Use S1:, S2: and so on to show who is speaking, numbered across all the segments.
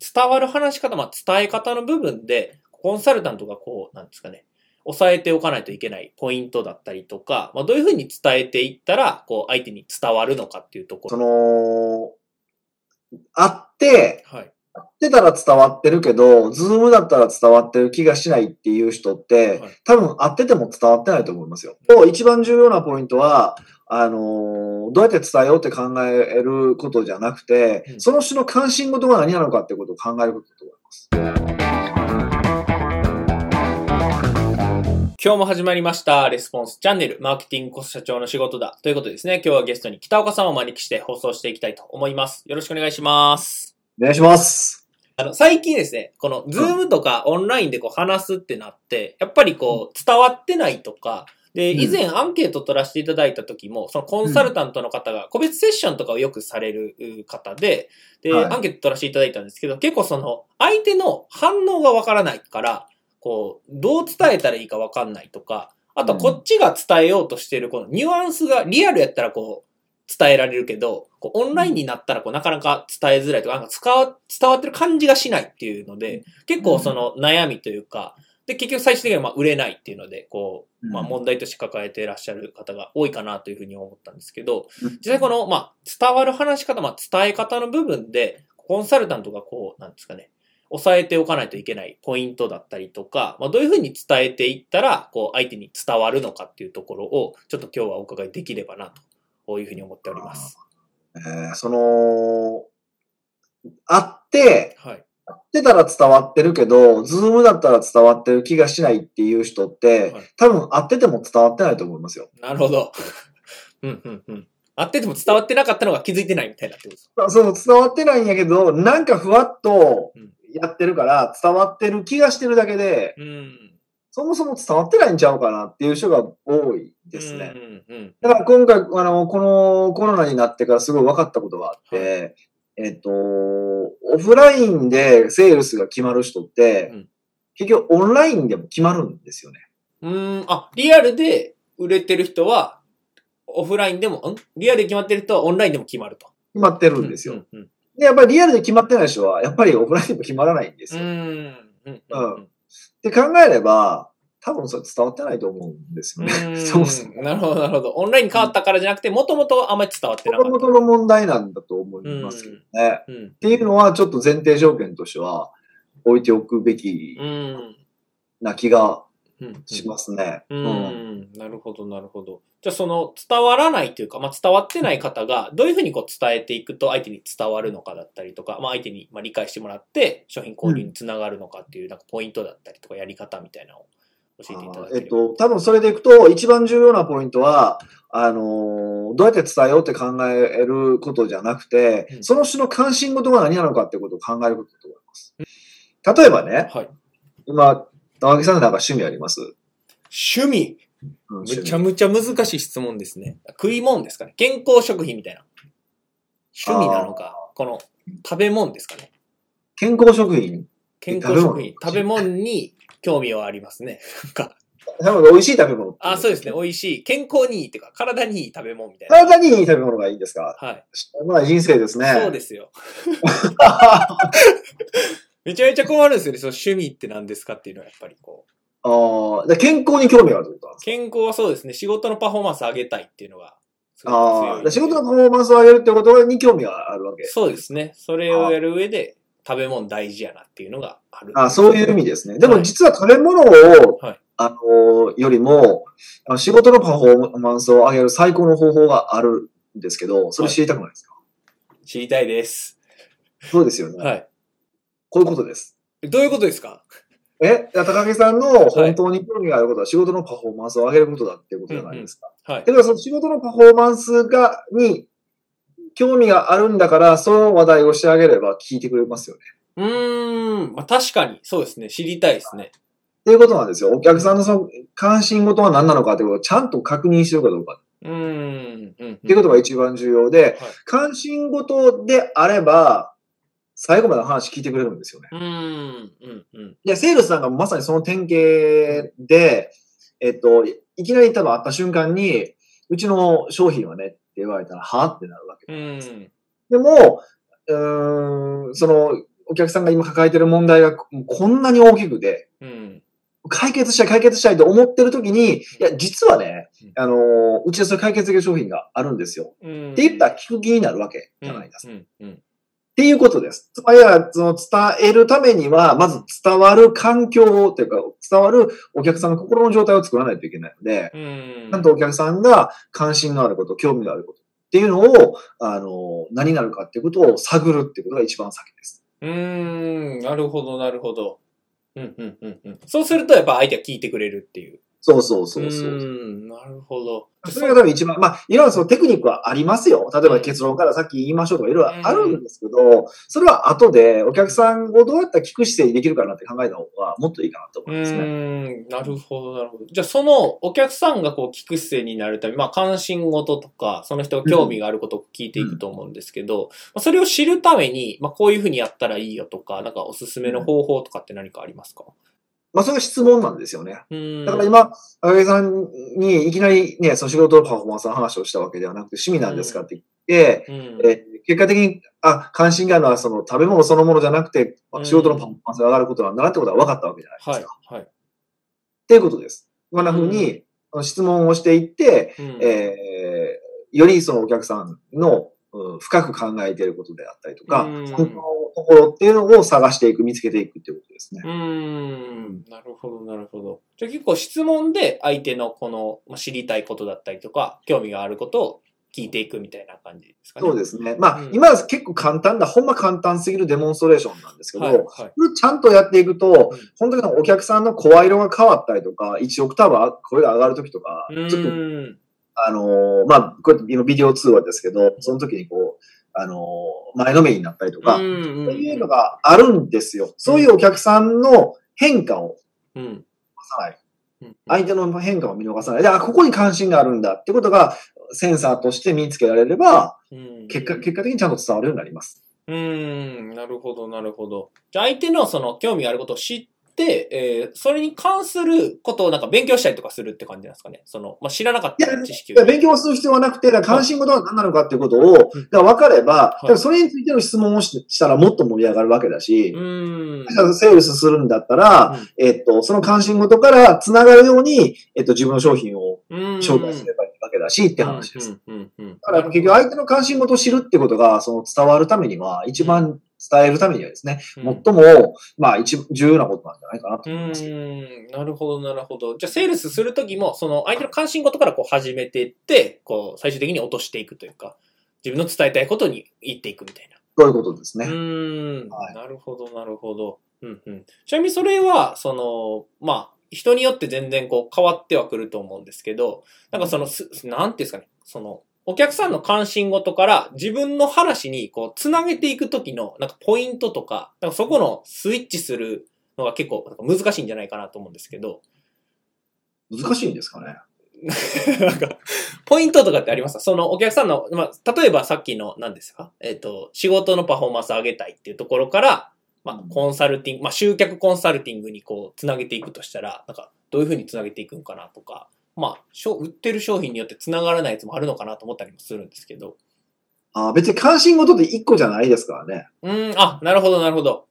S1: 伝わる話し方、まあ、伝え方の部分で、コンサルタントがこう、なんですかね、抑えておかないといけないポイントだったりとか、まあ、どういうふうに伝えていったら、こう、相手に伝わるのかっていうとこ
S2: そ
S1: ろ。
S2: の、会って、
S1: はい。
S2: 会ってたら伝わってるけど、ズームだったら伝わってる気がしないっていう人って、
S1: はい
S2: 多分会ってても伝わってないと思いますよ。もう一番重要なポイントは、あのーどうやって伝えようって考えることじゃなくて、
S1: うん
S2: その人の関心事が何なのかってことを考えることだと思います。
S1: 今日も始まりました。レスポンスチャンネル、マーケティングこそ社長の仕事だ。ということでですね、今日はゲストに北岡さんをお招きして放送していきたいと思います。よろしくお願いします。
S2: お願いします。
S1: あの、最近ですね、この、ズームとかオンラインでこう話すってなって、やっぱりこう、伝わってないとか、で、
S2: うん
S1: 以前アンケート取らせていただいた時も、そのコンサルタントの方が、個別セッションとかをよくされるう方で、で、
S2: はい
S1: アンケート取らせていただいたんですけど、結構その、相手の反応がわからないから、こう、どう伝えたらいいかわかんないとか、あとこっちが伝えようとしてるこのニュアンスがリアルやったらこう、伝えられるけど、こうオンラインになったらこうなかなか伝えづらいとか、なんか伝わ伝わってる感じがしないっていうので、結構その悩みというか、で、結局最終的にはまあ売れないっていうので、こう、まあ
S2: うん
S1: 問題として抱えていらっしゃる方が多いかなというふうに思ったんですけど、実際この、まあ伝わる話し方、まあ伝え方の部分で、コンサルタントがこう、なんですかね、抑えておかないといけないポイントだったりとか、まあどういうふうに伝えていったら、こう相手に伝わるのかっていうところを、ちょっと今日はお伺いできればなと。こういうふうに思っております。
S2: えーその、会って、
S1: はい。
S2: ってたら伝わってるけど、ズームだったら伝わってる気がしないっていう人って、
S1: はい
S2: 多分会ってても伝わってないと思いますよ。
S1: なるほど。 うんうんうん。合ってても伝わってなかったのが気づいてないみたいなってことです。
S2: まあその伝わってないんやけど、なんかふわっと
S1: うん
S2: やってるから、伝わってる気がしてるだけで、
S1: うん。
S2: そもそも伝わってないんちゃうかなっていう人が多いですね。
S1: うんうん
S2: だから今回、あの、このコロナになってからすごい分かったことがあって、えっと、オフラインでセールスが決まる人って、
S1: うん
S2: 結局オンラインでも決まるんですよね。
S1: うん。うん。あ、リアルで売れてる人は、オフラインでも、んリアルで決まってる人はオンラインでも決まると。
S2: 決まってるんですよ。
S1: うんうん
S2: で、やっぱりリアルで決まってない人は、やっぱりオフラインでも決まらないんです
S1: う
S2: よ。
S1: ん。う
S2: っ
S1: ん。うん
S2: うんて考えれば、多分それ伝わってないと思うんですよね。そもそも。
S1: なるほど、なるほど。オンラインに変わったからじゃなくて、もともとあんまり伝わってなか
S2: 元
S1: っ
S2: 々の問題なんだと思
S1: た。
S2: いますけど
S1: う
S2: ね。っ
S1: ん。
S2: ていうのは、ちょっと前提条件としては、置いておくべき
S1: うん。
S2: な気が
S1: うん。
S2: しますね。
S1: う
S2: うん
S1: ん、なるほど、なるほど。じゃあ、その、伝わらないというか、まあ、伝わってない方が、どういうふうにこう伝えていくと相手に伝わるのかだったりとか、まあ、相手にまあ理解してもらって、商品交流につながるのかっていう、なんかポイントだったりとか、やり方みたいなのを教えていただ
S2: あ
S1: け
S2: ーえ
S1: れば。
S2: っと、多分それでいくと、一番重要なポイントは、あのーどうやって伝えようって考えることじゃなくて、
S1: うん
S2: その人の関心事が何なのかってことを考えることだと思います。例えばね、
S1: はい。
S2: 今、高木さんなんか趣味あります、
S1: 趣味。
S2: うん
S1: むちゃむちゃ難しい質問ですね。食い物ですかね。健康食品みたいな。趣味なのか、この、食べ物ですかね。
S2: 健康食品。
S1: 健康食品。食
S2: 食
S1: べ
S2: べ
S1: 物に興味はありますね。なんか。
S2: 多分美味しい食べ物。
S1: あ、そうですね。。美味しい。健康にいいっていうか、体にいい食べ物みたいな。
S2: 体にいい食べ物がいいんですか
S1: はい。
S2: しょうもない人生ですね。
S1: そうですよ。めちゃめちゃ困るんですよね。その趣味って何ですかっていうのはやっぱりこう。
S2: あーで健康に興味があるってことなんです
S1: 健康はそうですね。仕事のパフォーマンス上げたいっていうのがす
S2: か
S1: ごく強い
S2: あーで仕事のパフォーマンスを上げるってことに興味があるわけ。
S1: そうですね。それをやる上で食べ物大事やなっていうのがある。
S2: あそういう意味ですね。で
S1: は
S2: も
S1: い
S2: 実は食べ物を、
S1: はい
S2: あのーよりも、あの仕事のパフォーマンスを上げる最高の方法があるんですけど、それ知りたくないですか、
S1: 知りたいです。
S2: そうですよね、
S1: はい。
S2: こういうことです。
S1: どういうことですか
S2: え、高木さんの本当に興味があることは仕事のパフォーマンスを上げることだっていうことじゃないですか。
S1: はい。
S2: だからその仕事のパフォーマンスが、に興味があるんだから、その話題をしてあげれば聞いてくれますよね。
S1: うーん。まあ確かに、そうですね。知りたいですね。
S2: っていうことなんですよ。お客さんのその関心事は何なのかってことをちゃんと確認してるかどうかっ
S1: うーん。うん。って
S2: いうことが一番重要で、
S1: はい
S2: 関心事であれば、最後までの話聞いてくれるんですよね。
S1: うーん。うん。うん。
S2: で、セールスなんかまさにその典型で、えっと、いきなり多分会った瞬間に、うちの商品はねって言われたら、はってなるわけ。
S1: うん。
S2: でも、うーん、その、お客さんが今抱えてる問題がここんなに大きくて、
S1: うん。
S2: 解決したい、解決したいと思ってる時に、いや、実はね
S1: うん、
S2: あの、うちでそういう解決できる商品があるんですよ。
S1: うん。
S2: って言ったら聞く気になるわけじゃないですか。っ
S1: うん。うん。
S2: ていうことです。つまりは、その伝えるためには、まず伝わる環境をというか、伝わるお客さんの心の状態を作らないといけないので、
S1: うん。
S2: ちゃんとお客さんが関心のあること、興味のあることっていうのを、あの、何になるかっていうことを探るっていうことが一番先です。
S1: うーん、なるほど、なるほど。うん、うん、うん、うん。そうすると、やっぱ相手は聞いてくれるっていう。
S2: そうそうそうそ
S1: ー
S2: う。
S1: ん、なるほど。
S2: それが多分一番、まあ、いろいろそのテクニックはありますよ。例えば結論からさっき言いましょうとかいろいろあるんですけど、それは後でお客さんをどうやったら聞く姿勢にできるかなって考えた方がもっといいかなと
S1: う
S2: 思いますね。
S1: ーん、なるほど、なるほど。じゃあ、そのお客さんがこう聞く姿勢になるため、まあ、関心事とか、その人が興味があることを聞いていくと思うんですけど、まあ、それを知るために、まあ、こういうふうにやったらいいよとか、なんかおすすめの方法とかって何かありますか
S2: まあ、それが質問なんですよね。
S1: うーん。
S2: だから今、赤木さんにいきなりね、その仕事のパフォーマンスの話をしたわけではなくて、趣味なんですかって言って、
S1: うん、
S2: えー結果的に、あ、関心があるのはその食べ物そのものじゃなくて、まあ
S1: うん
S2: 仕事のパフォーマンスが上がることなんだなってことは分かったわけじゃないですか。
S1: は
S2: っ
S1: い、はい。
S2: ていうことです。こんな風に、あの質問をしていって、
S1: うん
S2: えーよりそのお客さんの、うん深く考えていることであったりとか、
S1: うん
S2: その心っていうのを探していく、見つけていくっていうことですね。
S1: うーん、なるほど、なるほど。じゃあ結構質問で相手のこのまあ知りたいことだったりとか、興味があることを聞いていくみたいな感じですかね。
S2: そう
S1: す。
S2: ですね。まあ、
S1: うん
S2: 今は結構簡単な、ほんま簡単すぎるデモンストレーションなんですけど、
S1: はい、はい。
S2: これちゃんとやっていくと、
S1: うん
S2: 本当にお客さんの声色が変わったりとか、1オクターブ声が上がるときとか、
S1: う
S2: ちょっと、
S1: ーん。
S2: あのーまあ、こうやって今ビデオ通話ですけど、その時にこう、あのー前のめりになったりとか、
S1: うん
S2: そ
S1: うん
S2: ういうのがあるんですよ。そういうお客さんの変化を
S1: うん
S2: 見逃さない。
S1: うん
S2: 相手の変化を見逃さない。で、あ、ここに関心があるんだってことが、センサーとして身につけられれば、
S1: うん
S2: 結果、結果的にちゃんと伝わるようになります。
S1: うーん、なるほど、なるほど。じゃあ相手のその興味があることを知って、えーそれに関することをなんか勉強したりとかするって感じなんですかね。その、まあ、知らなかっ
S2: い
S1: た
S2: や
S1: 知識
S2: い
S1: を。
S2: や勉強する必要はなくて、だから関心事は何なのかっていうことを、
S1: うん
S2: だから分かれば、
S1: い
S2: だからそれについての質問をししたらもっと盛り上がるわけだし
S1: う、ーん。
S2: だからセールスするんだったら、
S1: うん
S2: えっと、その関心事からつながるように、えっと、自分の商品を
S1: うん
S2: 紹介すればいいわけだし、って話です。
S1: うんうんうんうん
S2: だから結局相手の関心事を知るってことが、その伝わるためには、一番伝えるためにはですね、
S1: うん
S2: 最も、まあ一、重要なことなんじゃないかな
S1: う
S2: と思います。
S1: ーん、なるほど、なるほど。じゃあ、セールスするときも、その、相手の関心事からこう始めていって、こう、最終的に落としていくというか、自分の伝えたいことに言っていくみたいな。
S2: そういうことです
S1: う
S2: ね。
S1: ーん、
S2: はい
S1: なるほど、なるほど。うんうん。ちなみにそれは、その、まあ、人によって全然こう変わってはくると思うんですけど、なんかその、すなんていうんですかね、その、お客さんの関心事から自分の話にこう、つなげていくときの、なんかポイントとか、なんかそこのスイッチするのが結構なんか難しいんじゃないかなと思うんですけど、
S2: 難しいんですかね。
S1: なんか、ポイントとかってありますかそのお客さんの、まあ、例えばさっきの、何ですかえっ、と、仕事のパフォーマンスを上げたいっていうところから、まあ、コンサルティング、まあ、集客コンサルティングにこう、つなげていくとしたら、なんか、どういうふうにつなげていくんかなとか、まあ、しょ売ってる商品によってつながらないやつもあるのかなと思ったりもするんですけど。
S2: あ別に関心事って一個じゃないですからね。
S1: うーん、あ、なるほど、なるほど。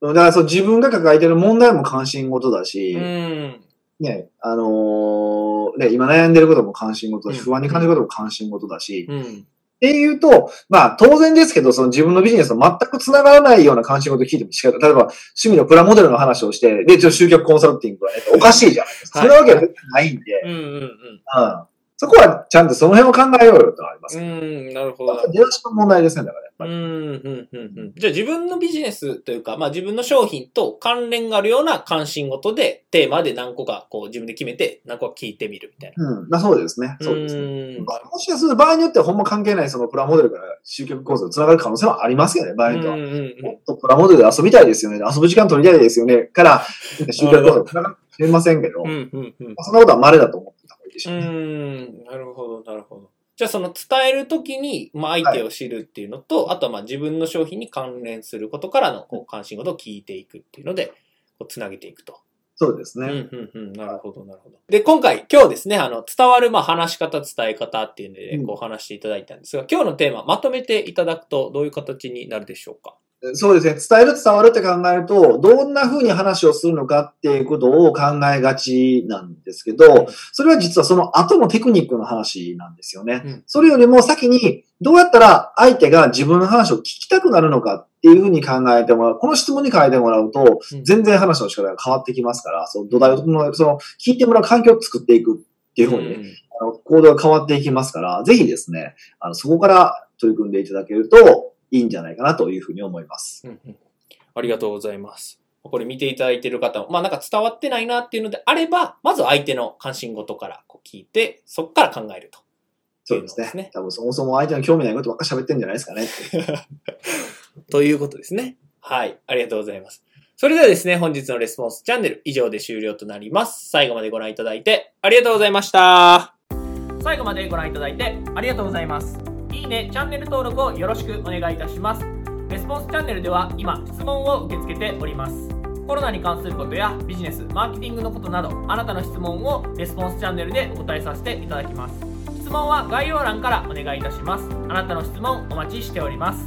S2: だからそう自分が抱えてる問題も関心事だ
S1: う
S2: し、
S1: ーん。
S2: ね、あのーね、今悩んでることも関心事だし、
S1: うん
S2: 不安に感じることも関心事だし、っ
S1: うん。
S2: ていうと、まあ当然ですけど、その自分のビジネスと全く繋がらないような関心事を聞いても仕方、例えば趣味のプラモデルの話をして、で、ちょ集客コンサルティングはね、おかしいじゃないですか。
S1: はい
S2: それわけはないんで、
S1: うん、うん、
S2: うん。そこはちゃんとその辺を考えようよってのはありま
S1: う
S2: す。
S1: ん。うーん、なるほど。なるほど
S2: 出だしの問題ですね、だからやっぱ
S1: う
S2: り。
S1: んうんうんうんじゃあ自分のビジネスというか、まあ自分の商品と関連があるような関心事で、テーマで何個かこう自分で決めて何個か聞いてみるみたいな。
S2: うん。まあそうですね。そうですね。
S1: ね
S2: まあもしかすると場合によってはほんま関係ないそのプラモデルから集客構造につながる可能性はありますよね、場合によっては。もっとプラモデルで遊びたいですよね。遊ぶ時間取りたいですよね。から、集客構造につながるかもしれませんけど、
S1: うんうんうん。
S2: そんなことは稀だと思ってた方がいいでし
S1: う
S2: ょうね。
S1: ん、なるほど、なるほど。じゃあその伝えるときに、まあ相手を知るっていうのと、あとはまあ自分の商品に関連することからのこう関心事を聞いていくっていうので、こうつなげていくと。
S2: そうです
S1: うん
S2: ね。
S1: うんうん、なるほど、なるほど。で、今回、今日ですね、あの、伝わる、まあ、話し方、伝え方っていうので、
S2: うん
S1: こう、話していただいたんですが、今日のテーマ、まとめていただくと、どういう形になるでしょうか
S2: そうですね。伝える、伝わるって考えると、どんな風に話をするのかっていうことを考えがちなんですけど、それは実はその後のテクニックの話なんですよね。
S1: うん
S2: それよりも先に、どうやったら相手が自分の話を聞きたくなるのかっていう風に考えてもらう。この質問に変えてもらうと
S1: うん、
S2: 全然話の仕方が変わってきますから、その土台を、その、聞いてもらう環境を作っていくっていう風にね、あの行動が変わっていきますから、ぜひですね、あのそこから取り組んでいただけるといいんじゃないかなというふうに思います。
S1: うんうんありがとうございます。これ見ていただいている方も、まあなんか伝わってないなっていうのであれば、まず相手の関心事からこう聞いて、そこから考えると。
S2: そうです
S1: いいですね
S2: ね。多分そもそも相手の興味ないことばっか喋ってんじゃないですかね。
S1: ということですね。はい。ありがとうございます。それではですね、本日のレスポンスチャンネル以上で終了となります。最後までご覧いただいてありがとうございました。最後までご覧いただいてありがとうございます。いいね、チャンネル登録をよろしくお願いいたします。レスポンスチャンネルでは今、質問を受け付けております。コロナに関することやビジネス、マーケティングのことなど、あなたの質問をレスポンスチャンネルでお答えさせていただきます。質問は概要欄からお願いいたします。あなたの質問お待ちしております。